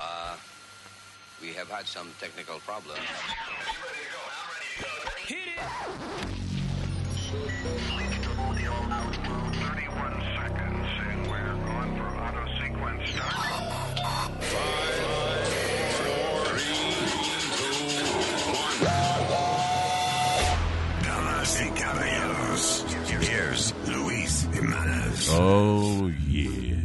Uh, we have had some technical problems. Damas y caballeros, here's Luis Jimenez. Oh, yeah.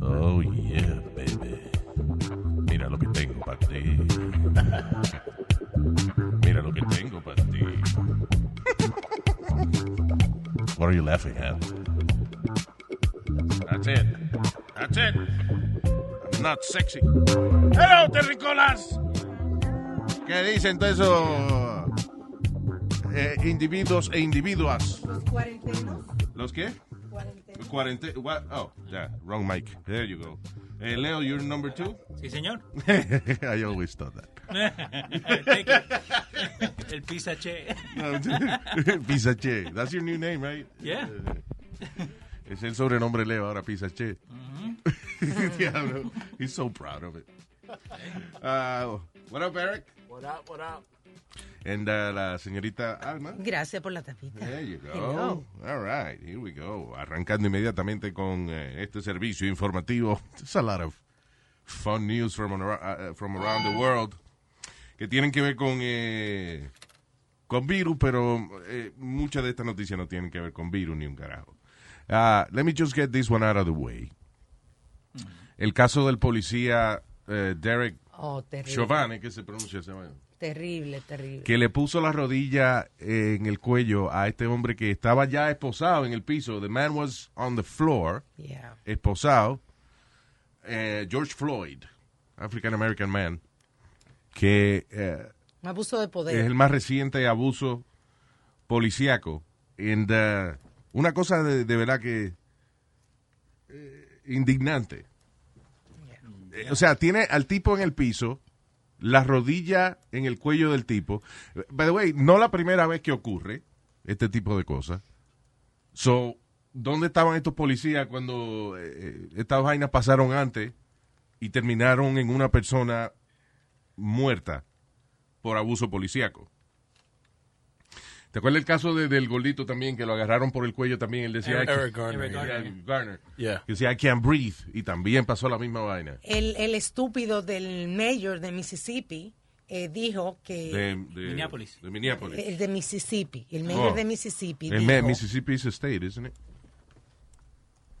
Oh, yeah, baby. Mira lo que tengo para ti. Mira lo que tengo para ti. What are you laughing at? That's it. That's it. I'm not sexy. Hello, Terricolas. ¿Qué dicen todos esos eh, individuos e individuas? Cuarentenos. ¿Los qué? Cuarentenos. Cuarenta. What? Oh, yeah, wrong mic. There you go. Eh, Leo, you're number two? Sí, señor. I always thought that. Take it. El pisache. Pisache. That's your new name, right? Yeah. Es el sobrenombre Leo ahora, Pisache. Diablo. He's so proud of it. Uh, what up, Eric? What up, what up? And uh, la señorita Alma. Gracias por la tapita. There you go. Hello. All right, here we go. Arrancando inmediatamente con eh, este servicio informativo. There's a lot of fun news from, ar- uh, from around the world que tienen que ver con, eh, con virus, pero eh, muchas de estas noticias no tienen que ver con virus ni un carajo. Ah, let me just get this one out of the way. El caso del policía eh, Derek Oh, terrible. Chauvin, que se pronuncia ese man? Terrible, terrible. que le puso la rodilla eh, en el cuello a este hombre que estaba ya esposado en el piso. The man was on the floor, Yeah. esposado. Eh, George Floyd, African American man, que eh, Un abuso de poder. es el más reciente abuso policíaco. And, uh, una cosa de, de verdad que eh, indignante. Eh, O sea, tiene al tipo en el piso, la rodilla en el cuello del tipo. By the way, no la primera vez que ocurre este tipo de cosas. So, ¿dónde estaban estos policías cuando eh, eh, estas vainas pasaron antes y terminaron en una persona muerta por abuso policíaco? ¿Te acuerdas el caso de- del gordito también, que lo agarraron por el cuello también? Él decía, Eric- Eric Garner. Eric Garner. Garner. Yeah. Que decía, I can't breathe. Y también pasó la misma vaina. El, el estúpido del mayor de Mississippi eh, dijo que... De, de- Minneapolis. De Minneapolis. el de Mississippi, el mayor Oh. de Mississippi. El dijo- ma- Mississippi is a state, isn't it?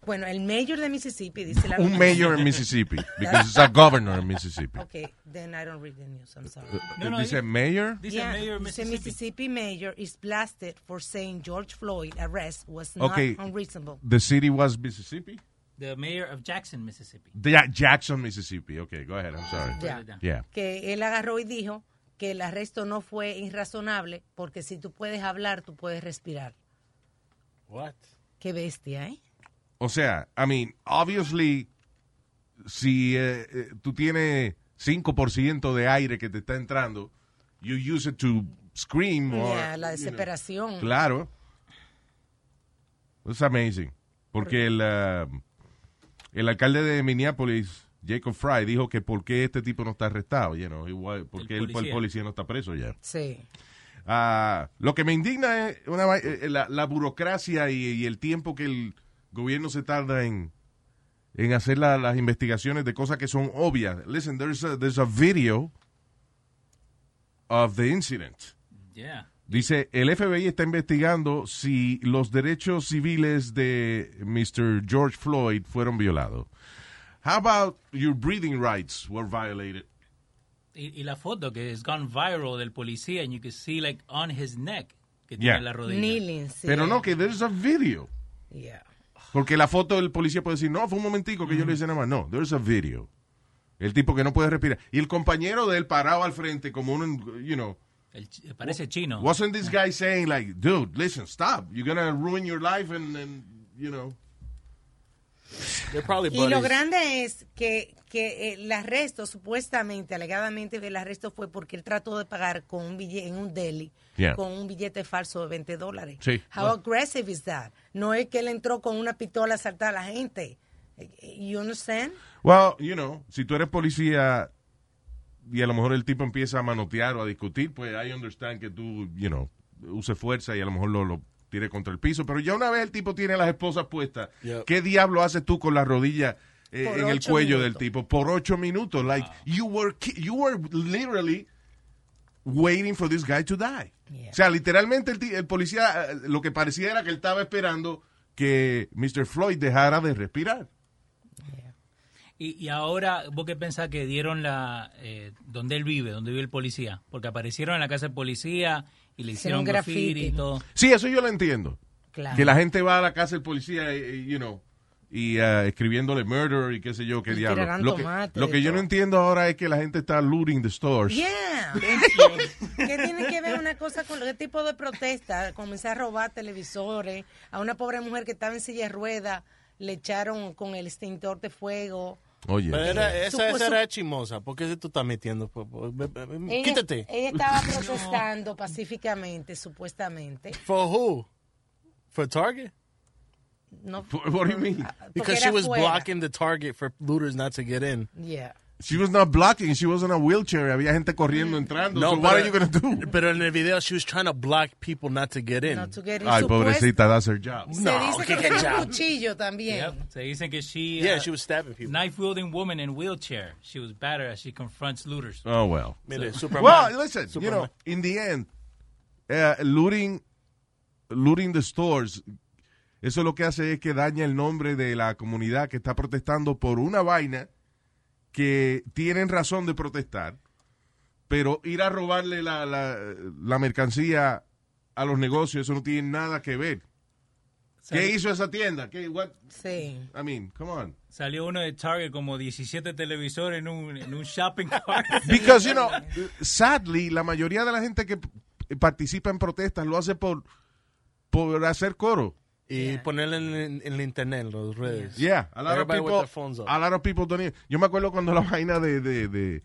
Bueno, el mayor de Mississippi dice la Un mayor en Mississippi, because it's a governor en Mississippi. Eh, Okay, then I don't read the news. I'm Uh, sorry. No, no, dice di- mayor. Dice Yeah, Mayor dice Mississippi. Mississippi mayor is blasted for saying George Floyd arrest was not Okay. unreasonable. The city was Mississippi. The mayor of Jackson, Mississippi. Ja- Jackson, Mississippi. Okay, go ahead. I'm sorry. Yeah. Further down. Yeah. Que él agarró y dijo que el arresto no fue irrazonable porque si tú puedes hablar, tú puedes respirar. What? Qué bestia, ¿eh? O sea, I mean, obviously, si eh, eh, tú tienes 5% de aire que te está entrando, you use it to scream or... Yeah, la you know. desesperación. Claro. It's amazing. Porque el, ah, el alcalde de Minneapolis, Jacob Fry, dijo que por qué este tipo no está arrestado, you know, igual, por El qué el, el policía. policía. no está preso ya. Sí. Ah, lo que me indigna es una vai- eh, la, la burocracia y, y el tiempo que el gobierno se tarda en, en hacer la- las investigaciones de cosas que son obvias. Listen, there's a, there's a video of the incident. Yeah. Dice, el FBI está investigando si los derechos civiles de Mr. George Floyd fueron violados. How about your breathing rights were violated? Y, y la foto que has gone viral del policía, and you can see like on his neck que Yeah. tiene la rodilla. Kneeling, sí. Pero no, que there's a video. Yeah. Porque la foto del policía puede decir, no, fue un momentico que yo le hice nada más. No, there's a video. El tipo que no puede respirar. Y el compañero de él parado al frente como un, you know, El chi- parece chino. wasn't this guy saying like, dude, listen, stop. You're gonna ruin your life and, and you know. They're probably Y buddies. lo grande es que, que el arresto, supuestamente, alegadamente, el arresto fue porque él trató de pagar con un billete, en un deli Yeah. con un billete falso de 20 dólares. Sí. Ah. How aggressive is that? No es que él entró con una pistola a saltar a la gente. You understand? Well, you know, si tú eres policía y a lo mejor el tipo empieza a manotear o a discutir, pues I understand que tú, you know, uses fuerza y a lo mejor lo, lo tire contra el piso. Pero ya una vez el tipo tiene las esposas puestas, Yep. ¿qué diablo haces tú con las rodillas eh, Por en el ocho cuello minutos. del tipo por ocho minutos? Like, you were, ki- you were literally waiting for this guy to die. Yeah. O sea, literalmente el, ti- el policía eh, lo que parecía era que él estaba esperando que Mr. Floyd dejara de respirar. Y, y ahora, ¿vos qué pensás que dieron la. Eh, donde él vive, donde vive el policía? Porque aparecieron en la casa del policía y le Hicieron hicieron graffiti, graffiti. y todo. Sí, eso yo lo entiendo. Claro. Que la gente va a la casa del policía, eh, eh, you know, y ah, escribiéndole murder y qué sé yo, qué Y diablo. tirarán Lo que, tomate lo de que yo no todo. entiendo ahora es que la gente está looting the stores. Yeah. ¿Qué tiene que ver una cosa con qué tipo de protesta? Comenzar a robar televisores. A una pobre mujer que estaba en silla de ruedas le echaron con el extintor de fuego. Oye, eh, Pero era, esa, Supo- esa era chimosa. ¿Por qué tú estás metiendo? Por- por- ve- ve- ve- Ella- Quítate. Ella estaba protestando pacíficamente, supuestamente. For who? For Target? No, What- what do you mean? Ah, porque Because era she was fuera. blocking the Target for looters not to get in. Yeah. she was not blocking, she was in a wheelchair, había gente corriendo, entrando. so what are you gonna do? uh, Pero en el video, she was trying to block people not to get in. Not to get in. Ay, Supuest- pobrecita, that's her job. Se No, dice qué que tenía cachao. un cuchillo también. Yep. Se dicen que she. yeah, uh, she was stabbing people. Knife wielding woman in wheelchair. She was battered as she confronts looters. Oh, well. Mire, Superman. Well, listen, you Superman. know, in the end, eh, looting, looting the stores, eso lo que hace es que daña el nombre de la comunidad que está protestando por una vaina que tienen razón de protestar, pero ir a robarle la, la, la mercancía a los negocios, eso no tiene nada que ver. ¿Qué hizo esa tienda? ¿Qué, what? Sí. I mean, come on. Salió uno de Target como 17 televisores en un, en un shopping cart. Because, you know, sadly, la mayoría de la gente que p- participa en protestas lo hace por, por hacer coro. Y ponerle en, en, en el internet, los redes. Yeah, a lot Everybody of with people, their phones up. a lot of people don't even- Yo me acuerdo cuando la vaina de, de, de,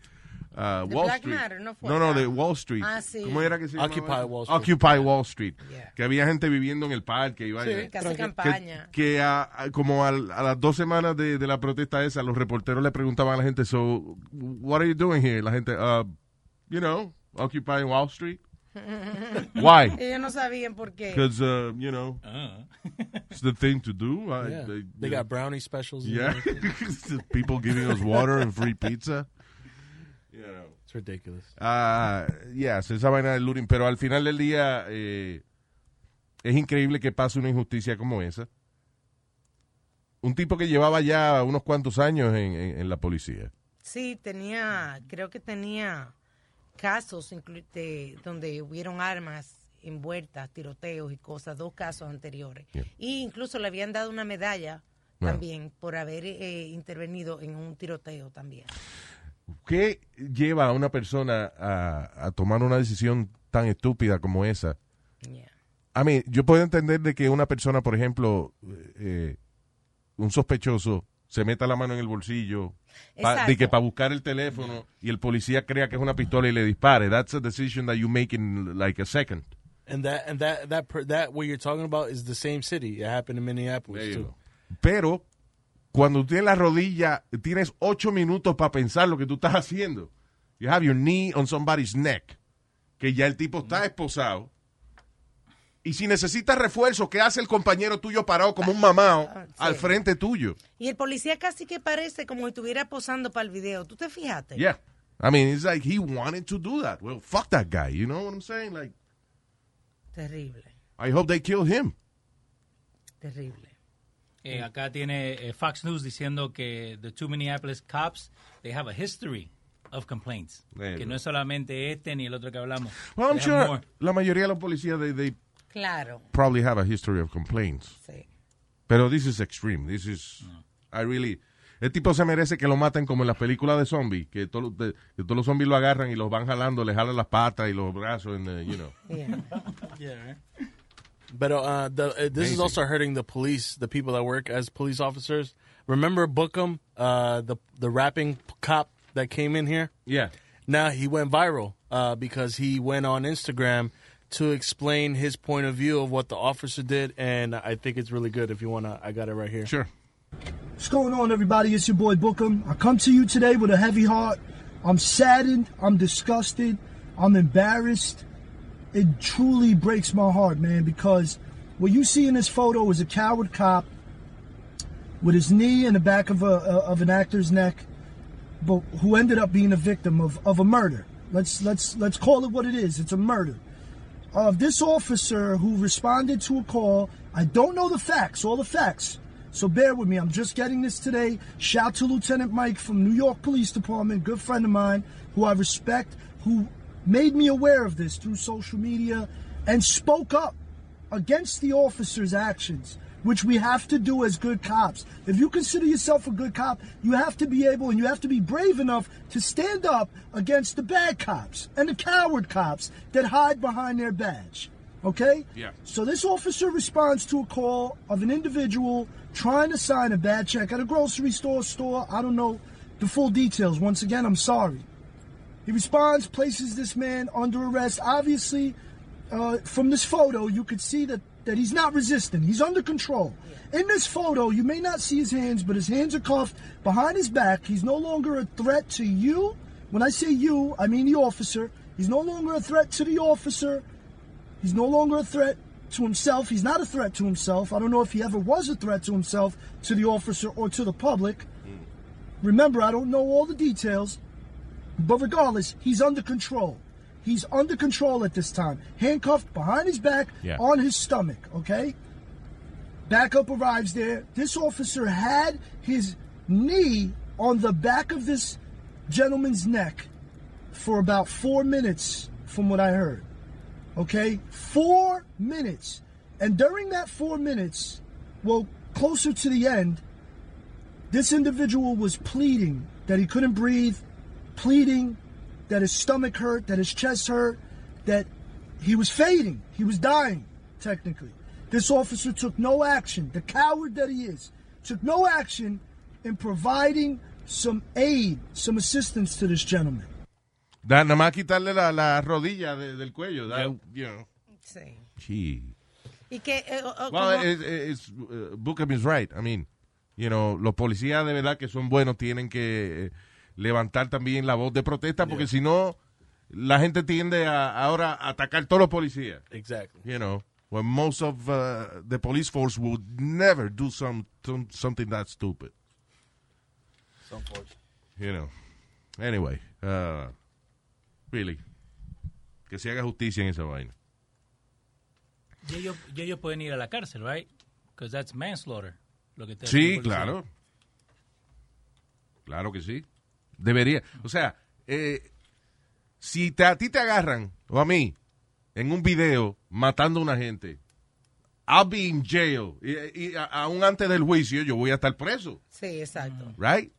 uh, De Wall Black Street. Matter, ¿no fue? no, de Wall Street. Ah, sí. ¿Cómo era que se llamaba? Occupy Wall Street. Occupy Wall Street. Yeah. Que había gente viviendo en el parque y vaina. Que hace Que, campaña. que a- a- como al- a, las dos semanas de, de la protesta esa, los reporteros le preguntaban a la gente, so, what are you doing here? La gente, "Uh, you know, occupying Wall Street. Why? Ellos no sabían por qué. Because, uh, you know, Ah. it's the thing to do. I- Yeah. they- They got brownie specials. and Yeah. everything. People giving us water and free pizza. You know. It's ridiculous. Ah, yes, esa vaina del looting. Pero al final del día eh, es increíble que pase una injusticia como esa. Un tipo que llevaba ya unos cuantos años en, en- en la policía. Sí, tenía, creo que tenía casos inclu- de- donde hubieron armas envueltas, tiroteos y cosas, dos casos anteriores. Yeah. Y incluso le habían dado una medalla Wow. también por haber eh, intervenido en un tiroteo también. ¿Qué lleva a una persona a, a tomar una decisión tan estúpida como esa? Yeah. A mí, yo puedo entender de que una persona, por ejemplo, eh, un sospechoso, se meta la mano en el bolsillo pa- de Exacto. que para buscar el teléfono y el policía crea que es una pistola y le dispare. That's a decision that you make in like a second. And that and that that per, that what you're talking about is the same city. It happened in Pues Minneapolis too. Pero cuando tienes la rodilla, tienes ocho minutos para pensar lo que tú estás haciendo. You have your knee on somebody's neck, que ya el tipo está esposado. Y si necesitas refuerzo, ¿qué hace el compañero tuyo parado como un mamao Ah, sí. al frente tuyo? Y el policía casi que parece como si estuviera posando para el video. ¿Tú te fijaste? Yeah. I mean, it's like he wanted to do that. Well, fuck that guy. You know what I'm saying? Like, Terrible, I hope they kill him. terrible. Eh, acá tiene eh, Fox News diciendo que the two Minneapolis cops, they have a history of complaints. There you que go. no es solamente este ni el otro que hablamos. Well, I'm They have sure more. la mayoría de los policías, they, they Claro, probably have a history of complaints. sí. Pero this is extreme. This is. I really. El tipo se merece que lo maten como en las películas de zombies, que, todo lo- de- que todos los zombies lo agarran y los van jalando, le jalan las patas y los brazos, and, uh, you know. Yeah. But uh, the, uh, this is Amazing. also hurting the police, the people that work as police officers. Remember Bookham, uh, the the rapping cop that came in here. Yeah. Now he went viral uh, because he went on Instagram to explain his point of view of what the officer did, and I think it's really good. If you wanna, I got it right here. Sure. What's going on, everybody? It's your boy Bookham. I come to you today with a heavy heart. I'm saddened. I'm disgusted. I'm embarrassed. It truly breaks my heart, man, because what you see in this photo is a coward cop with his knee in the back of, a, of an actor's neck but who ended up being a victim of, of a murder. Let's let's let's call it what it is. It's a murder. Of this officer who responded to a call. I don't know the facts, all the facts. So bear with me. I'm just getting this today. Shout to Lieutenant Mike from New York Police Department, good friend of mine, who I respect, who made me aware of this through social media and spoke up against the officer's actions, which we have to do as good cops. If you consider yourself a good cop, you have to be able and you have to be brave enough to stand up against the bad cops and the coward cops that hide behind their badge. Okay? Yeah. So this officer responds to a call of an individual trying to sign a bad check at a grocery store, store, I don't know the full details. Once again, I'm sorry. He responds, places this man under arrest. Obviously, uh, from this photo, you could see that, that he's not resisting. He's under control. In this photo, you may not see his hands, but his hands are cuffed behind his back. He's no longer a threat to you. When I say you, I mean the officer. He's no longer a threat to the officer. He's no longer a threat to himself. He's not a threat to himself. I don't know if he ever was a threat to himself, to the officer, or to the public. Remember, I don't know all the details, but regardless, he's under control. He's under control at this time. Handcuffed behind his back, Yeah. on his stomach, okay? Backup arrives there. This officer had his knee on the back of this gentleman's neck for about four minutes, from what I heard. Okay? Four minutes. And during that four minutes, well, closer to the end, this individual was pleading that he couldn't breathe, pleading that his stomach hurt, that his chest hurt, that he was fading. He was dying, technically. This officer took no action, the coward that he is, took no action in providing some aid, some assistance to this gentleman. Da- nada más quitarle la, la rodilla de- del cuello. that, you know. Sí. Gee. Y que, eh, o- o Well, como- it- it- it's, uh, Bookham is right. I mean, you know, los policías de verdad que son buenos tienen que eh, levantar también la voz de protesta porque si no, la gente tiende a ahora a atacar todos los policías. Exactly. You know, when most of uh, the police force would never do some, some- something that stupid. You know. Anyway, uh, really, que se haga justicia en esa vaina. Y ellos, y ellos pueden ir a la cárcel, right? Because that's manslaughter. Lo que te hace Sí, un policía. claro. Claro que sí. Debería. O sea, eh, si te- a ti te agarran, o a mí, en un video matando a una gente, I'll be in jail. Y, y a- aún antes del juicio, yo voy a estar preso. Sí, exacto. Right?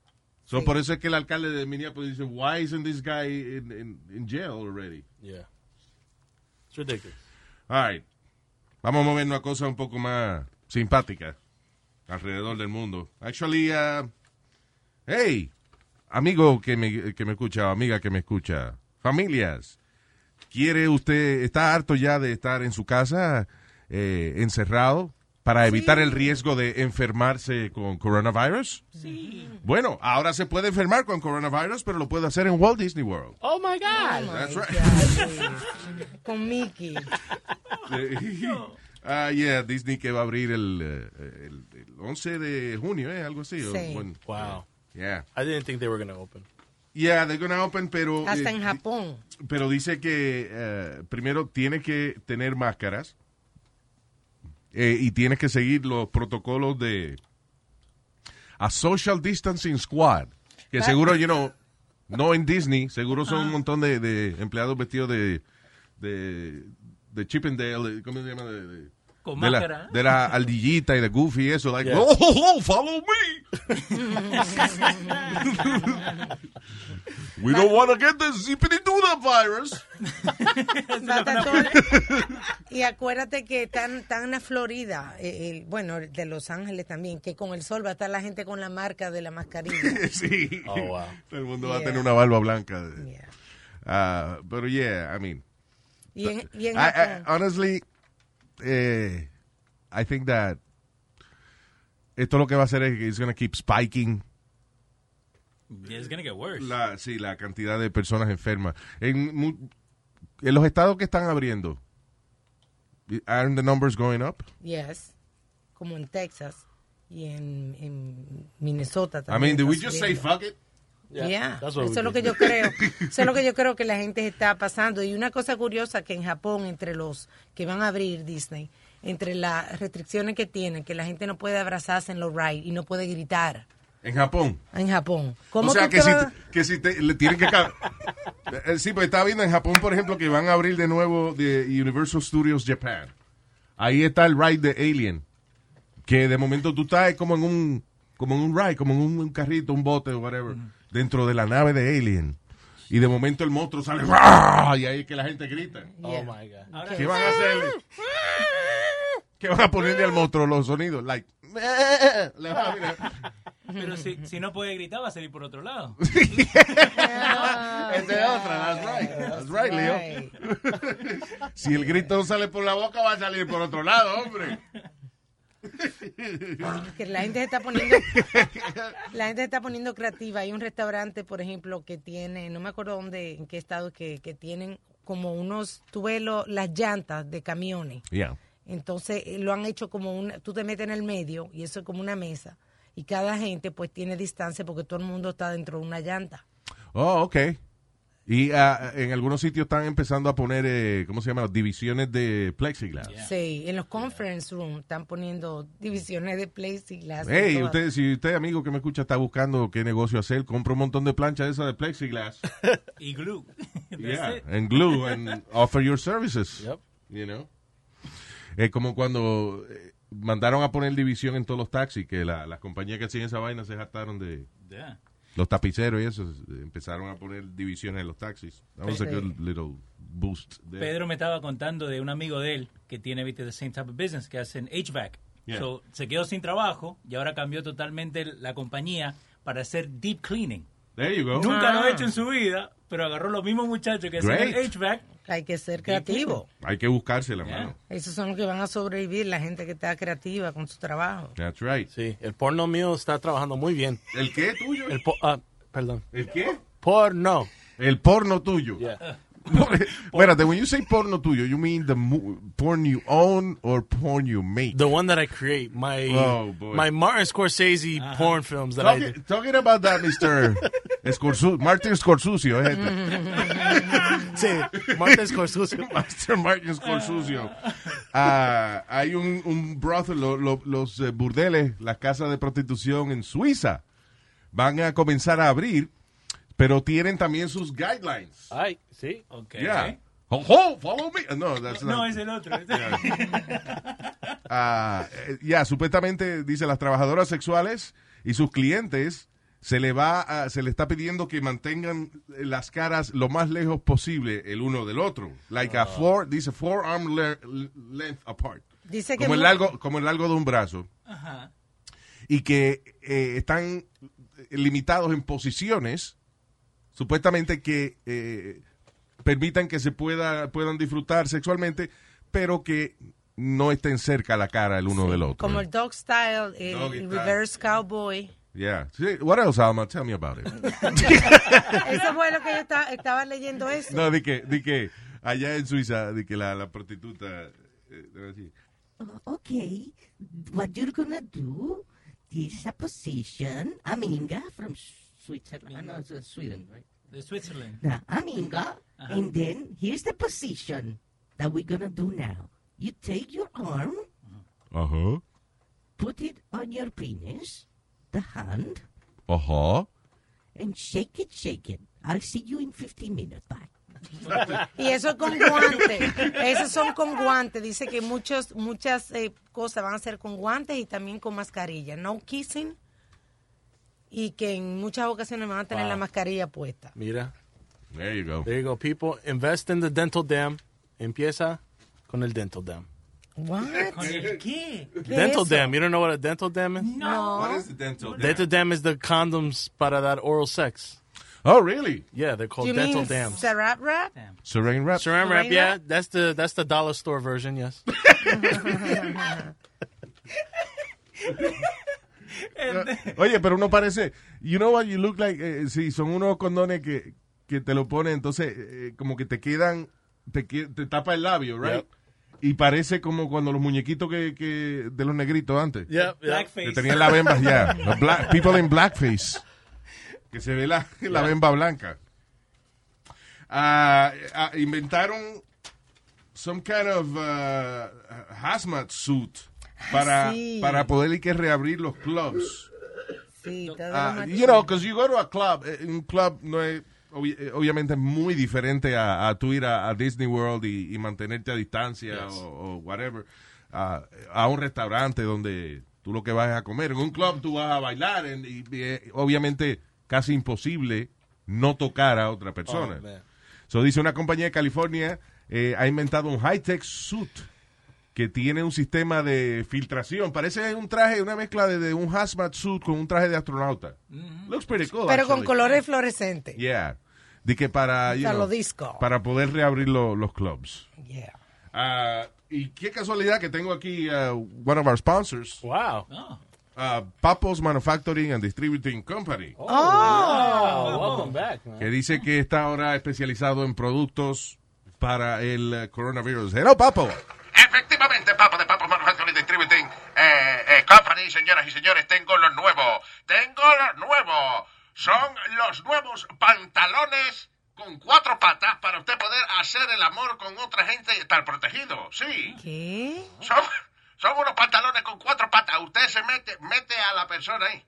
So, por eso es que el alcalde de Minneapolis dice, why isn't this guy in, in- in jail already? Yeah. It's ridiculous. All right. Vamos a movernos a cosas un poco más simpáticas alrededor del mundo. Actually, uh, hey, amigo que me, que me escucha, amiga que me escucha, familias, ¿quiere usted, está harto ya de estar en su casa eh, encerrado para evitar el riesgo de enfermarse con coronavirus? Sí. Bueno, ahora se puede enfermar con coronavirus, pero lo puede hacer en Walt Disney World. Oh my God. That's Ay, right. ya, Luis. Con Mickey. Eh, Ah, yeah, Disney que va a abrir el, eh, el, el 11 de junio, ¿eh? Algo así. o- Sí. bueno, Wow. yeah. I didn't think they were gonna open. Yeah, they're gonna open, pero... Hasta eh, en Japón. Pero dice que eh, primero tiene que tener máscaras eh, y tienes que seguir los protocolos de... A Social Distancing Squad, que seguro, you know, no en Disney, seguro son Ah. un montón de, de empleados vestidos de... de de Chippendale, eh, ¿cómo se llama? De- de- Con de la, máscara. de la aldillita y de Goofy y eso. Like, Yeah. oh, oh, oh, follow me. We don't want to get the zippity doo virus. Va a estar todo- Y acuérdate que están tan en la Florida, eh, el- bueno, el de Los Ángeles también, que con el sol va a estar la gente con la marca de la mascarilla. sí. Oh, wow. Todo el mundo va a Yeah. tener una barba blanca. Yeah. Ah, pero yeah, I mean, Y en, y en I- I- Japón. honestly, eh, I think that esto lo que va a hacer es que it's gonna keep spiking It's gonna get worse. la, sí, la cantidad de personas enfermas. En, mu- en los estados que están abriendo, aren't the numbers going up? Yes. Como en Texas y en, en Minnesota I también. mean, did we está just say subiendo. fuck it? Yeah. that's Eso what we es lo que did. yo creo. Eso es lo que yo creo que la gente está pasando. Y una cosa curiosa que en Japón, entre los que van a abrir Disney, entre las restricciones que tienen, que la gente no puede abrazarse en los rides y no puede gritar En Japón. en Japón. ¿Cómo o sea, que tú te si, vas- que si te- le tienen que... ca- Eh, sí, pues estaba viendo en Japón, por ejemplo, que van a abrir de nuevo de Universal Studios Japan. Ahí está el ride de Alien, que de momento tú estás como en un, como en un ride, como en un, un carrito, un bote o whatever, dentro de la nave de Alien. Y de momento el monstruo sale ¡Rah! y ahí es que la gente grita. Oh my god. Ahora, ¿Qué van a hacer? ¿Qué van a ponerle al monstruo los sonidos? Like, la máquina. pero si, si no puede gritar, va a salir por otro lado. Esa es otra, that's right. That's right, Leo. Right. Si el grito no sale por la boca, va a salir por otro lado, hombre. que la gente se está poniendo la gente se está poniendo creativa hay un restaurante por ejemplo que tiene no me acuerdo dónde en qué estado que, que tienen como unos tubelos las llantas de camiones Yeah. entonces eh, lo han hecho como una tú te metes en el medio y eso es como una mesa y cada gente pues tiene distancia porque todo el mundo está dentro de una llanta Oh, ok. Y ah, en algunos sitios están empezando a poner, eh, ¿cómo se llama? Divisiones de plexiglas. sí en los conference room están poniendo divisiones de plexiglas en Hey, todas. usted, si usted, amigo que me escucha, está buscando qué negocio hacer, compra un montón de planchas de esas de plexiglas. Y glue. That's yeah, it. and glue and offer your services. Yep. You know. Es como cuando eh, mandaron a poner división en todos los taxis, que la- las compañías que hacían esa vaina se jactaron de Yeah. los tapiceros y eso, eh, empezaron a poner divisiones en los taxis. That was a good little boost. there. Pedro me estaba contando de un amigo de él que tiene, viste, the same type of business, que hacen HVAC. Yeah. So, se quedó sin trabajo y ahora cambió totalmente la compañía para hacer deep cleaning. There you go. Nunca Ah. lo ha hecho en su vida, pero agarró los mismos muchachos que hacen el Great. HVAC. hay que ser creativo Hay que buscársela, Yeah. mano. esos son los que van a sobrevivir la gente que está creativa con su trabajo That's right. Sí, el porno mío está trabajando muy bien. ¿El qué tuyo? El po- ah, perdón. ¿El qué? Porno. El porno tuyo. Yeah. Espérate, when you say porno tuyo, you mean the mu- porn you own or porn you make? The one that I create, my Oh, boy. my Martin Scorsese porn films that I do. Talking, talking about that, Mr. Scorsu Martin Scorsuzio, eh, Sí, Martin Scorsese. Mr. Martin Scorsuzio. Ah, hay un, un brothel, lo- lo- los eh, burdeles, las casas de prostitución en Suiza van a comenzar a abrir, pero tienen también sus guidelines. Ay, sí. Ah, Ok. Yeah. Ho, ho, follow me. No, that's No, not- es el otro. Ah, eh, ya, supuestamente, dice, las trabajadoras sexuales y sus clientes se le va a- se le está pidiendo que mantengan eh, las caras lo más lejos posible el uno del otro. Like a four, dice forearm le- length apart. Dice que Como el mu- largo, como el largo de un brazo. Y que eh, están limitados en posiciones, supuestamente que eh, permitan que se pueda, puedan disfrutar sexualmente, pero que no estén cerca la cara el uno del otro. Como el dog style, el, Mm. Doggy el style. reverse cowboy. Yeah. Sí, What else, Alma? Tell me about it. Eso fue lo que yo estaba, estaba leyendo eso. No, di que, di que allá en Suiza, di que la, la prostituta... eh, era así. Okay, what you're gonna do is a position, Aminga from Switzerland, no, it's, uh, Sweden, right? De Switzerland. Now, Aminga, and then here's the position that we're gonna do now. You take your arm, Ajá, put it on your penis, the hand, ajá. and shake it, shake it. I'll see you in 15 minutes. Bye. Y eso con guantes. Esos son con guantes. Dice que muchos, muchas eh, cosas van a ser con guantes y también con mascarilla. No kissing. Y que en muchas ocasiones van a tener la mascarilla puesta. Mira, There you go. there you go, people. Invest in the dental dam. Empieza con el dental dam. What? ¿Qué? dental eso? dam. You don't know what a dental dam is? What is the dental dam? Dental dam is the condoms para dar oral sex. Oh, really? Yeah, they're called You dental mean dams. Sarap wrap? Serene Rap. Saran wrap, Saran yeah, wrap? that's the that's the dollar store version. Yes. Oye, pero uno parece, you know what you look like, eh, si son unos condones que, que te lo ponen, entonces eh, como que te quedan, te, que- te tapa el labio, right? Y parece como cuando los muñequitos que, que de los negritos antes, Yep, yep. que Blackface. tenían la bemba, ya, los black- people in blackface, que se ve la, la bemba blanca. Ah, ah, inventaron some kind of ah, hazmat suit para, sí. para poder y que reabrir los clubs. Sí, todo lo Ah, más- you know, because you go to a club, eh, un club no es obvi- eh, obviamente es muy diferente a, a tú ir a, a Disney World y, y mantenerte a distancia o, o whatever, a, a un restaurante donde tú lo que vas es a comer. En un club tú vas a bailar en- y, y, eh, obviamente casi imposible no tocar a otra persona. Oh, man. so dice una compañía de California eh, ha inventado un high-tech suit que tiene un sistema de filtración. Parece un traje, una mezcla de, de un hazmat suit con un traje de astronauta. Looks pretty cool. Pero con actually. colores fluorescentes. Yeah. De que para, you Para know, los discos. para poder reabrir lo- los clubs. Yeah. Ah, y qué casualidad que tengo aquí ah, one of our sponsors, Wow. Oh, ah, Papos Manufacturing and Distributing Company, Wow, Oh, welcome back, man. que dice que está ahora especializado en productos para el eh, coronavirus. Hello, Papo. Efectivamente, Papo de Papo Manufacturing Distributing eh, eh, Company, señoras y señores, tengo los nuevos. Tengo los nuevos. Son los nuevos pantalones con cuatro patas para usted poder hacer el amor con otra gente y estar protegido. Sí. ¿Qué? Son, son unos pantalones con cuatro patas. Usted se mete, mete a la persona ahí.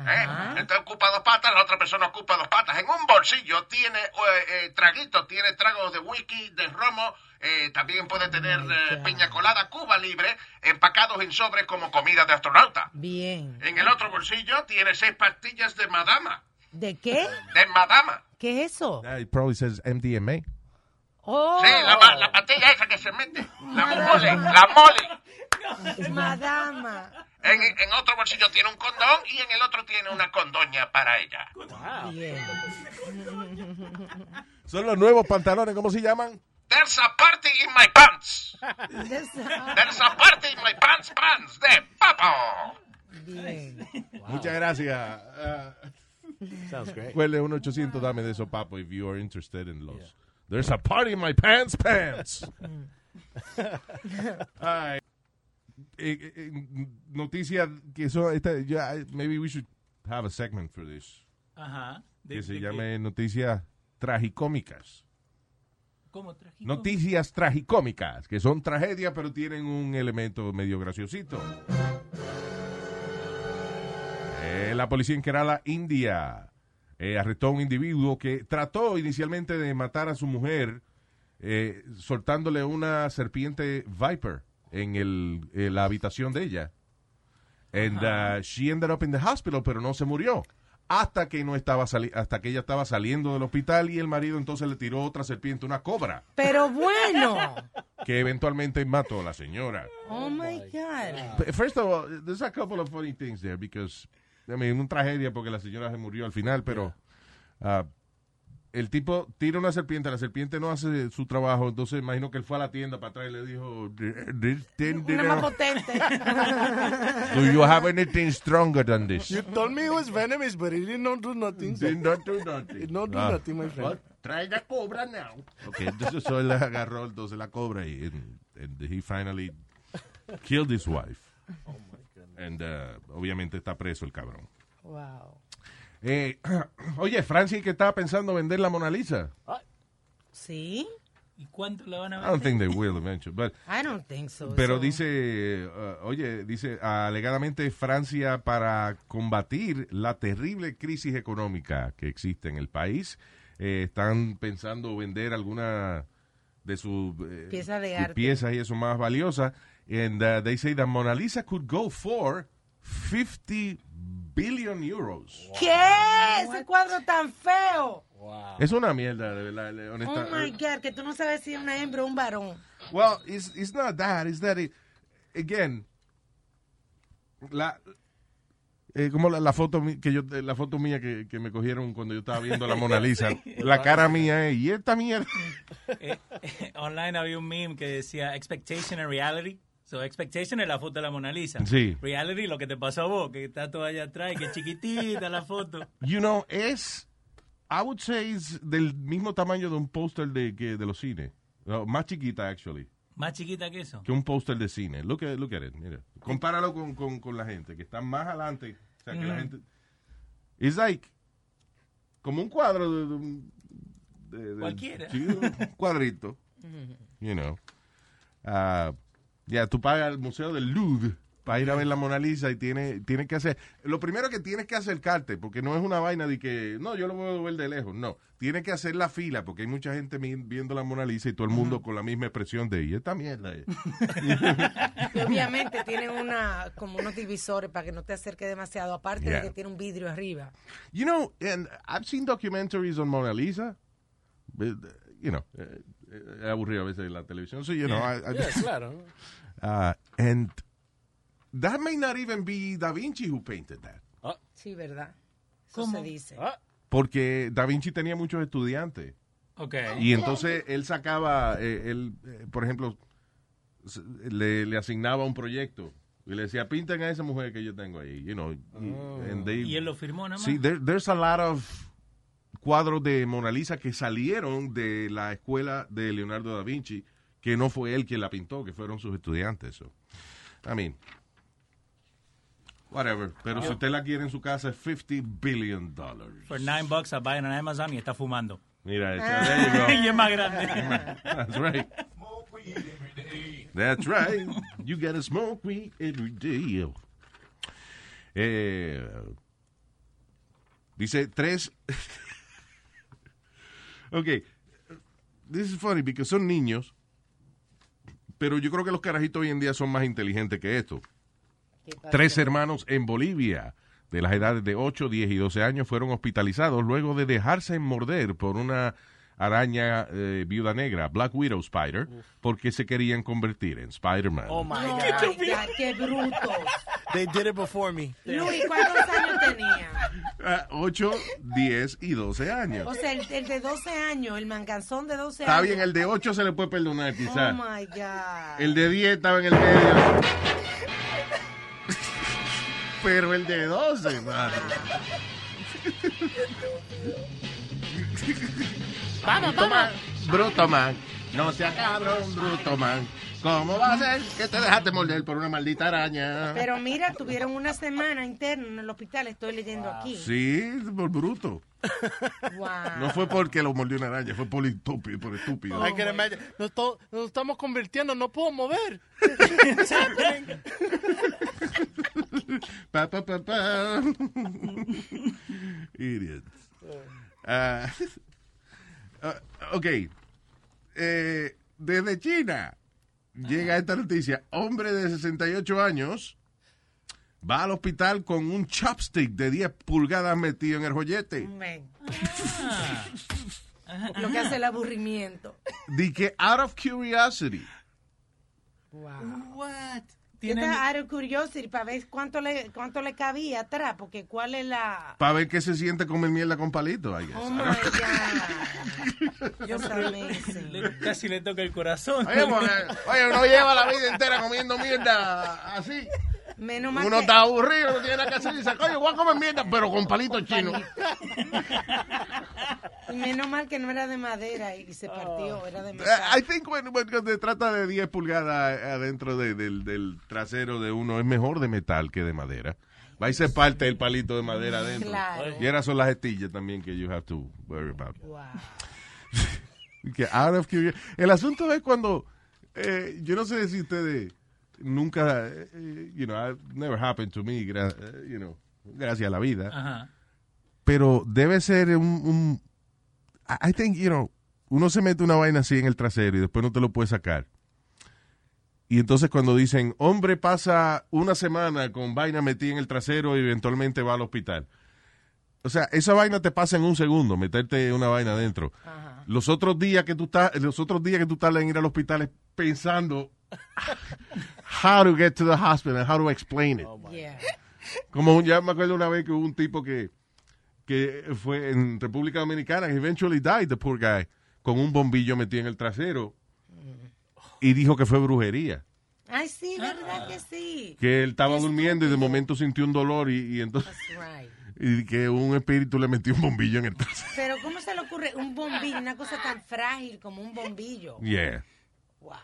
¿eh? Entonces ocupa dos patas, la otra persona ocupa dos patas. En un bolsillo tiene eh, eh, traguitos, tiene tragos de whisky, de romo, eh, también puede tener eh, piña colada, cuba libre, empacados en sobres como comida de astronauta. Bien. En el otro bolsillo tiene seis pastillas de madama. ¿De qué? De madama. ¿Qué es eso? Ah, it probably says MDMA. Oh, Sí, la, ma- la pastilla esa que se mete. La mole, la mole. madama. En, en otro bolsillo tiene un condón y en el otro tiene una condoña para ella. Bien. Son los nuevos pantalones, ¿cómo se llaman? There's a party in my pants. Esa- There's a party in my pants pants de papo. Bien. Muchas gracias. Ah, Sounds great. Huele un 800, dame de eso, papo, if you are interested in los. There's a party in my pants, pants. Ay. Eh, eh, eh, noticia que eso, esta, yo, I- maybe we should have a segment for this. ajá. De- Que se de- llame noticias tragicómicas. ¿Cómo trajiste? Noticias tragicómicas, que son tragedias, pero tienen un elemento medio graciosito. Eh, la policía en Kerala, India, eh, arrestó a un individuo que trató inicialmente de matar a su mujer eh, soltándole una serpiente viper en el- en la habitación de ella. And uh, she ended up in the hospital, pero no se murió. Hasta que no estaba sali- hasta que ella estaba saliendo del hospital y el marido entonces le tiró otra serpiente, una cobra Pero bueno. que eventualmente mató a la señora. Oh my God. But First of all, there's a couple of funny things there because, I mean, una tragedia porque la señora se murió al final, pero ah, el tipo tira una serpiente, la serpiente no hace su trabajo, entonces imagino que él fue a la tienda para atrás y le dijo, Una más potente. Do you have anything stronger than this? You told me it was venomous, but it did not do nothing. so- Did not do nothing. No do nothing, my friend. Trae la cobra now. Ok, entonces so él agarró entonces la cobra y and, and he finally killed his wife. And uh, obviamente está preso el cabrón. Wow. Eh, oye, Francis que estaba pensando vender la Mona Lisa. ¿Sí? ¿Y cuánto la van I a don't vender? think they will eventually. But, I don't think so. pero Eso- dice, uh, oye, dice alegadamente Francia para combatir la terrible crisis económica que existe en el país eh, están pensando vender alguna de sus eh, Piezas de sus arte. piezas y eso más valiosas. And uh, they say that Mona Lisa could go for 50 billion euros. ¿Qué? Ese cuadro tan feo. Es una mierda, de verdad, Oh honesta- my God, que tú no sabes si es una hembra o un varón. Well, it's it's not that. It's that it, again. La eh, como la, la foto mi- que yo eh, la foto mía que, que me cogieron cuando yo estaba viendo la Mona Lisa. La cara mía es, y esta mierda. Eh, eh, online había un meme que decía expectation and reality. So, expectation es la foto de la Mona Lisa. Sí. Reality, lo que te pasó a vos, que está todo allá atrás y que es chiquitita la foto. You know, es, I would say, es del mismo tamaño de un póster de, que- de los cines. No, más chiquita, actually, Más chiquita que eso. que un póster de cine. Look at, look at it, mira. Compáralo con, con, con la gente, que está más adelante. O sea, que la Mm. gente... It's like, como un cuadro de... de un- de- de- Cualquiera. sí, un cuadrito, you know. Ah, ya, tú pagas al Museo del Louvre para ir a ver la Mona Lisa y tiene, tienes que hacer... Lo primero que tienes que acercarte, porque no es una vaina de que, no, yo lo puedo ver de lejos, no. Tienes que hacer la fila, porque hay mucha gente mi- viendo la Mona Lisa y todo el mundo con la misma expresión de, y esta mierda es". Y obviamente tienen una, como unos divisores para que no te acerque demasiado, aparte Yeah. de que tiene un vidrio arriba. You know, and I've seen documentaries on Mona Lisa, but, you know, eh, eh, es aburrido a veces la televisión, so you know, I- I- Yeah, claro. Ah, and that may not even be Da Vinci who painted that. Sí, ¿verdad? Eso se dice. Ah, Porque Da Vinci tenía muchos estudiantes. Ok. Y entonces él sacaba, eh, él, eh, por ejemplo, s- le, le asignaba un proyecto. Y le decía, pinten a esa mujer que yo tengo ahí. You know, y- and they- Y él lo firmó nada más. Sí, there- there's a lot of cuadros de Mona Lisa que salieron de la escuela de Leonardo da Vinci, que no fue él quien la pintó, que fueron sus estudiantes. so. I mean, whatever. Ah. Pero si usted la quiere en su casa, es 50 billion dollars. Por 9 bucks a buy en Amazon y está fumando. Mira, eso, there y you es go. más grande. That's right. That's right. You gotta smoke weed every day. Eh, dice tres. ok. This is funny because son niños. Pero yo creo que los carajitos hoy en día son más inteligentes que esto. Tres hermanos en Bolivia, de las edades de 8, 10 y 12 años, fueron hospitalizados luego de dejarse morder por una araña eh, viuda negra, Black Widow Spider, porque se querían convertir en Spider-Man. Oh my No, god. ay, ya, qué brutos. They did it before me. Luis, ¿cuántos años tenía? Ah, 8, 10 y 12 años. O sea, el, el de 12 años, el manganzón de 12 Está años. bien, el de 8 se le puede perdonar Oh quizás. my God. El de 10 estaba en el medio. Pero el de 12, mano. vamos, toma, Bruto man. No seas cabrón, bruto man. ¿Cómo va a ser que te dejaste morder por una maldita araña? Pero mira, tuvieron una semana interna en el hospital, estoy leyendo aquí. Sí, por bruto. Wow. No fue porque lo mordió una araña, fue por estúpido, por estúpido. I can imagine. Nos, to- nos estamos convirtiendo, no puedo mover. Pa, pa, pa, pa. Idiots. Eh. Ah, ah, ok. Eh, desde China llega esta noticia. Hombre de 68 años va al hospital con un chopstick de 10 pulgadas metido en el joyete. Ven. Ah. Lo que hace el aburrimiento. Di que out of curiosity. Wow. What? Yo Tienen- estaba out of curiosity para ver cuánto le, cuánto le cabía atrás, porque cuál es la... Para ver qué se siente comer mierda con palito. I guess. Oh my God. Yo That's amazing. le- casi le toca el corazón. Oye, porque- oye, uno lleva la vida entera comiendo mierda así. Menos mal Uno que... está aburrido, no tiene nada que hacer y dice, oye, voy a comer mierda, pero con palito chino. Y menos mal que no era de madera y se partió, era de Eh, I metal. think when, when se trata de 10 pulgadas eh, adentro de- del, del trasero de uno, es mejor de metal que de madera. Va y se parte el palito de madera adentro. Claro. Y eras son las estillas también que you have to worry about. Wow. Que out of curiosity. El asunto es cuando, eh, yo no sé si ustedes nunca, eh, you know, I've never happened to me, gra- eh, you know, gracias a la vida. Ajá. pero debe ser un, un- I I think, you know, uno se mete una vaina así en el trasero y después no te lo puede sacar. Y entonces cuando dicen, hombre pasa una semana con vaina metida en el trasero y eventualmente va al hospital. O sea, esa vaina te pasa en un segundo, meterte una vaina adentro. Los otros días que tú estás, los otros días que tú estás en ir al hospital es pensando how to get to the hospital and how to explain it. Yeah. Como un- ya me acuerdo una vez que hubo un tipo que, que fue en República Dominicana, que eventually died, the poor guy, con un bombillo metido en el trasero y dijo que fue brujería. Ay, sí, verdad que sí. Que él estaba durmiendo y de momento sintió un dolor y, y entonces Right. y que un espíritu le metió un bombillo en el brazo. Pero ¿cómo se le ocurre un bombillo, una cosa tan frágil como un bombillo? Yeah. Wow.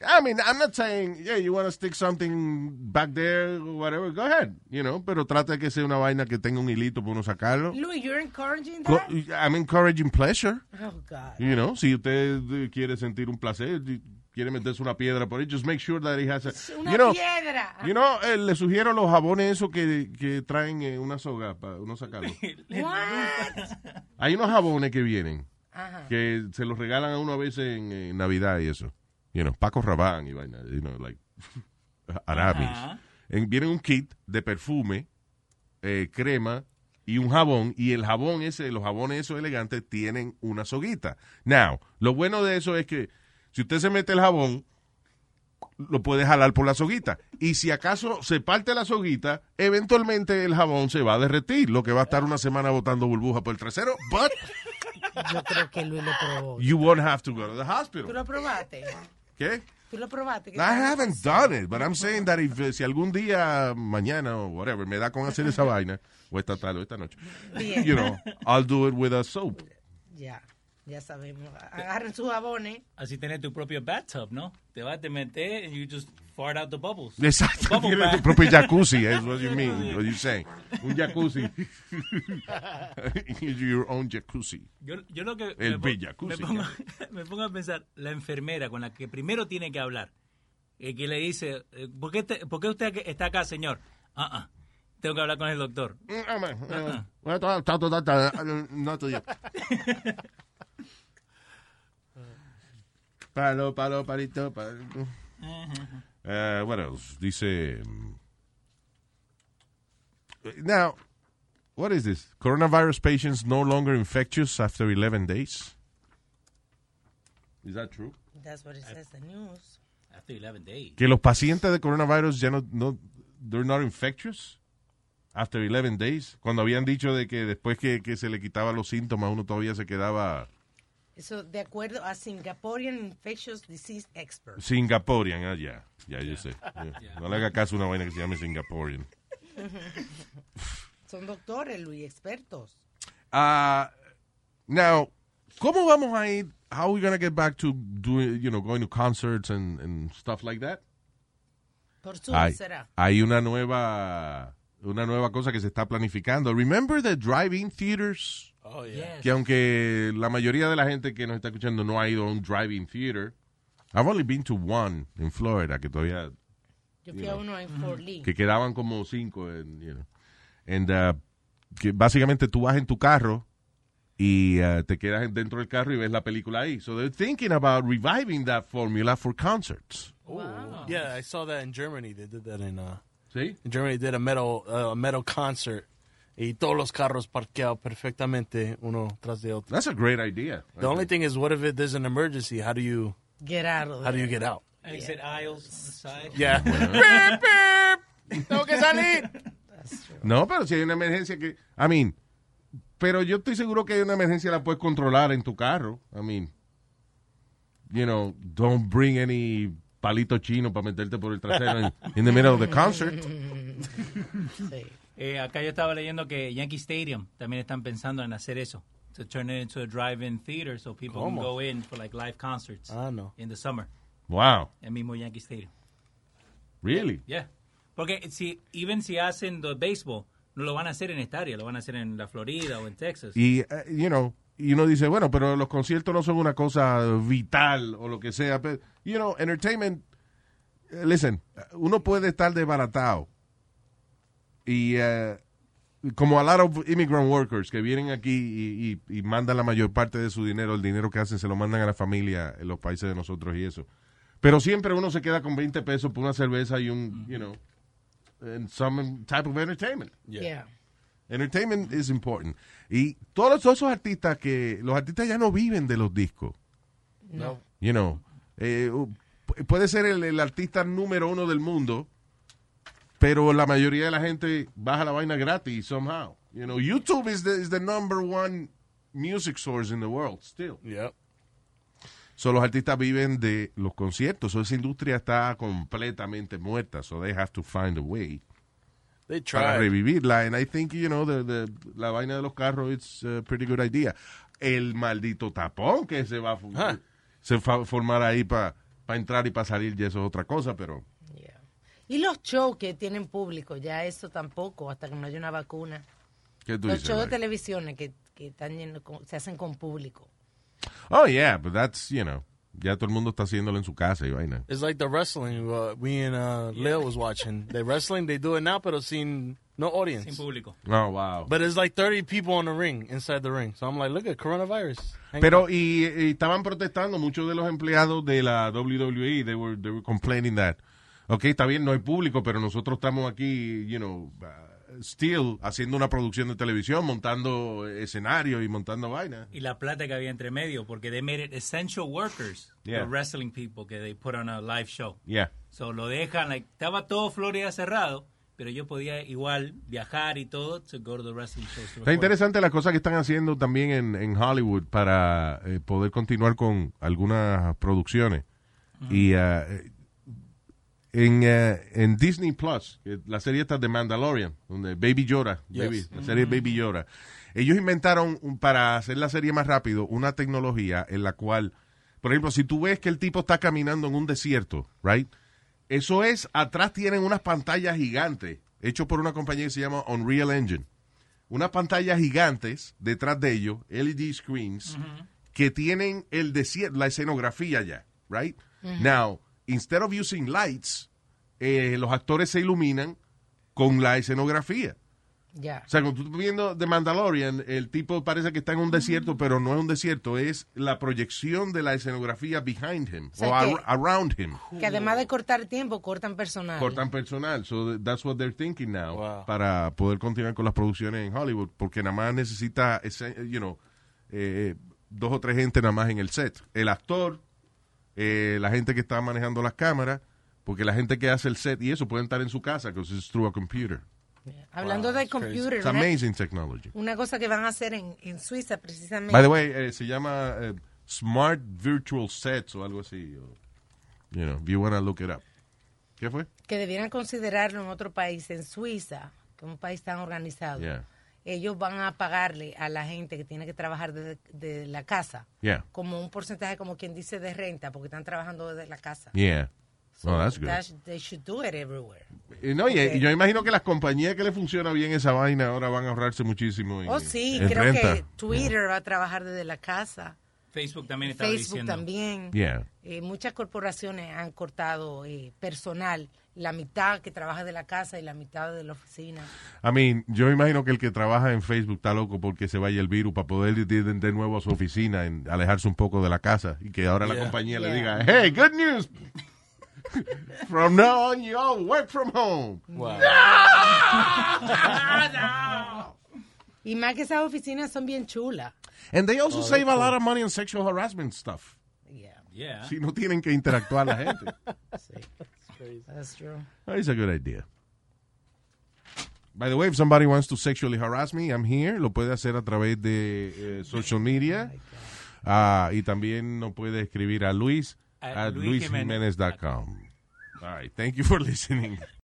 I mean, I'm not saying, yeah, you want to stick something back there or whatever, go ahead, you know, pero trata que sea una vaina que tenga un hilito para uno sacarlo. Luis, you're encouraging Co- that? I'm encouraging pleasure. Oh, God. You know, si usted eh, quiere sentir un placer, y quiere meterse una piedra por ahí, just make sure that he has a... Una you know, piedra. You know, eh, le sugiero los jabones esos que, que traen eh, una soga para uno sacarlo. What? Hay unos jabones que vienen, Ajá. que se los regalan a uno a veces en, eh, Navidad y eso. You know, Paco Rabanne y vaina, you know, like, Arabis. Ajá. En- viene un kit de perfume, eh, crema y un jabón. Y el jabón ese, los jabones esos elegantes tienen una soguita. Now, lo bueno de eso es que si usted se mete el jabón, lo puede jalar por la soguita. Y si acaso se parte la soguita, eventualmente el jabón se va a derretir, lo que va a estar una semana botando burbuja por el trasero. But Yo creo que Luis lo probó. you won't have to go to the ¿Tú hospital. lo probaste? ¿Qué? ¿Tú lo probaste? ¿Qué I tal? haven't done it, but I'm saying that if, eh, si algún día, mañana o whatever, me da con hacer esa vaina, o esta tarde o esta noche, Bien. you know, I'll do it with a soap. Ya, ya sabemos. Agarren sus jabones. Así tienes tu propio bathtub, ¿no? Te vas, te metes, and you just fart out the bubbles. Exacto, Bubble tiene tu bath. propio jacuzzi, es what you mean, what you saying. Un jacuzzi. Your own jacuzzi. Yo, yo lo que El me, pon- Villacuzzi, me pongo, me pongo a pensar, la enfermera con la que primero tiene que hablar, eh, que le dice, eh, ¿por qué, te- por qué usted aquí- está acá, señor? Ah, ah, tengo que hablar con el doctor. eh, Palo, palo, palito, palo. Eh, what else? Dice. mm, Now, what is this? Coronavirus patients no longer infectious after 11 days? Is that true? That's what it says in the news. After 11 days. Que los pacientes de coronavirus ya no, no they're not infectious after 11 days. Cuando habían dicho de que después que, que se le quitaban los síntomas, uno todavía se quedaba Eso de acuerdo a Singaporean Infectious Disease Expert. Singaporean. Ah, ya, ya, yo sé. Ya. No le haga caso a una vaina que se llame Singaporean. Son doctores, Luis, expertos. Ah, now, ¿cómo vamos a ir? How are we gonna get back to doing, you know, going to concerts and, and stuff like that? Por Zoom hay, será. hay una nueva una nueva cosa que se está planificando. Remember the drive-in theaters? Oh, yeah. que aunque la mayoría de la gente que nos está escuchando no ha ido a un drive-in theater, I've only been to one in Florida, que todavía, Yo fui a uno en Fort Lee. Mm-hmm. que quedaban como cinco, en, you know. And, uh, que básicamente tú vas en tu carro y uh, te quedas dentro del carro y ves la película ahí. So they're thinking about reviving that formula for concerts. Yeah, I saw that in Germany. They did that in uh, ¿Sí? in Germany. They did a metal uh, a metal concert. Y todos los carros parqueados perfectamente uno tras de otro. That's a great idea. The only thing is, what if it, there's an emergency? How do you Get out of how do there. you get out? Exit aisles, side. Yeah. Tengo que salir. No, pero si hay una emergencia que... I mean, pero yo estoy seguro que hay una emergencia la puedes controlar en tu carro. I mean, you know, don't bring any palito chino para meterte por el trasero in, in the middle of the concert. Sí. Eh, acá yo estaba leyendo que Yankee Stadium también están pensando en hacer eso. To turn it into a drive-in theater so people ¿Cómo? can go in for like live concerts Ah, no. in the summer. Wow, El mismo Yankee Stadium. really? Yeah. Porque si, even si hacen the baseball, no lo van a hacer en esta área, lo van a hacer en la Florida o en Texas. Y, eh, you know, y uno dice, bueno, pero los conciertos no son una cosa vital o lo que sea. Pero, you know, entertainment, eh, listen, uno puede estar desbaratado. Y eh, como a lot of immigrant workers que vienen aquí y, y- y mandan la mayor parte de su dinero, el dinero que hacen se lo mandan a la familia en los países de nosotros y eso. Pero siempre uno se queda con 20 pesos por una cerveza y un, you know, and some type of entertainment. Yeah. Entertainment is important. Y todos los- todos esos artistas que los artistas ya no viven de los discos. No. You know, Eh, u- pu- puede ser el, el artista número uno del mundo, pero la mayoría de la gente baja la vaina gratis somehow. You know, YouTube is the, is the number one music source in the world still. Yep. So, los artistas viven de los conciertos. So, esa industria está completamente muerta. So they have to find a way They para tried. revivirla. And I think, you know, the- the- la vaina de los carros it's a pretty good idea. El maldito tapón que se va a, fu- Huh. se fa- formar ahí para entrar y para salir, y eso es otra cosa, pero... Y los shows que tienen público, ya eso tampoco, hasta que no haya una vacuna. ¿Qué tú Los dices, shows de Mike? televisiones que, que están llenos con- se hacen con público. Oh, yeah, but that's, you know, ya todo el mundo está haciéndolo en su casa y vaina. It's like the wrestling uh, we and uh, Lil was watching. the wrestling, they do it now, pero sin no audience. sin público. Oh, wow. But it's like 30 people on the ring, inside the ring. So I'm like, look at coronavirus. Hang Pero y, y estaban protestando muchos de los empleados de la WWE. They were, they were complaining that, ok, está bien, no hay público, pero nosotros estamos aquí, you know, uh, still haciendo una producción de televisión, montando escenario y montando vaina. Y la plata que había entre medio, porque they made it essential workers, Yeah. the wrestling people que they put on a live show. Yeah. So lo dejan, like, estaba todo Florida cerrado, pero yo podía igual viajar y todo to go to the wrestling shows. to Está record. interesante las cosas que están haciendo también en, en Hollywood para eh, poder continuar con algunas producciones. Y ah, eh, en, eh, en Disney Plus, que la serie esta de Mandalorian, donde Baby Yoda, Yes. Baby- la serie Baby Yoda, ellos inventaron un- para hacer la serie más rápido una tecnología en la cual, por ejemplo, si tú ves que el tipo está caminando en un desierto, right? Eso es, atrás tienen unas pantallas gigantes, hecho por una compañía que se llama Unreal Engine unas pantallas gigantes detrás de ellos, LED screens, que tienen el desierto, la escenografía ya, right? Now, instead of using lights, eh, los actores se iluminan con la escenografía. Ya. O sea, cuando tú estás viendo The Mandalorian, el tipo parece que está en un desierto, pero no es un desierto, es la proyección de la escenografía behind him, o, O sea, que- ar- around him. Que además de cortar tiempo, cortan personal. Cortan personal. So that's what they're thinking now. Wow. Para poder continuar con las producciones en Hollywood. Porque nada más necesita, ese, you know, eh, dos o tres gente nada más en el set. El actor, eh, la gente que está manejando las cámaras. Porque la gente que hace el set y eso pueden estar en su casa, because it's through a computer. Hablando Wow, de it's crazy. computer, It's una, amazing technology. una cosa que van a hacer en, en Suiza precisamente. By the way, eh, se llama eh, Smart Virtual Sets o algo así. o- you know, if you want to look it up. ¿Qué fue? que debieran considerarlo en otro país, en Suiza, que es un país tan organizado, Yeah. ellos van a pagarle a la gente que tiene que trabajar desde de la casa Yeah. como un porcentaje, como quien dice, de renta, porque están trabajando desde la casa. Yeah. Oh, that's good. That- they should do it everywhere. Eh, No, y- y yo imagino que las compañías que le funciona bien esa vaina ahora van a ahorrarse muchísimo. En, Oh, sí, en creo renta. que Twitter va a trabajar desde la casa, Facebook también estaba Facebook diciendo. también. Yeah. Eh, muchas corporaciones han cortado eh, personal, la mitad que trabaja de la casa y la mitad de la oficina. I mean, yo imagino que el que trabaja en Facebook está loco porque se vaya el virus para poder ir de, de nuevo a su oficina, en, alejarse un poco de la casa y que ahora la Yeah. compañía le Yeah. diga, hey, good news. From now on, you all work from home. Wow. Y más que esas oficinas son bien chulas. And they also save a lot of money on sexual harassment stuff. Yeah, Yeah. Si no tienen que interactuar la gente. that's true. That's a good idea. By the way, if somebody wants to sexually harass me, I'm here. Lo puede hacer a través de eh, social media. Ah, y también nos puede escribir a Luis A at luisjimenez- luisjimenez.com. All right. Thank you for listening.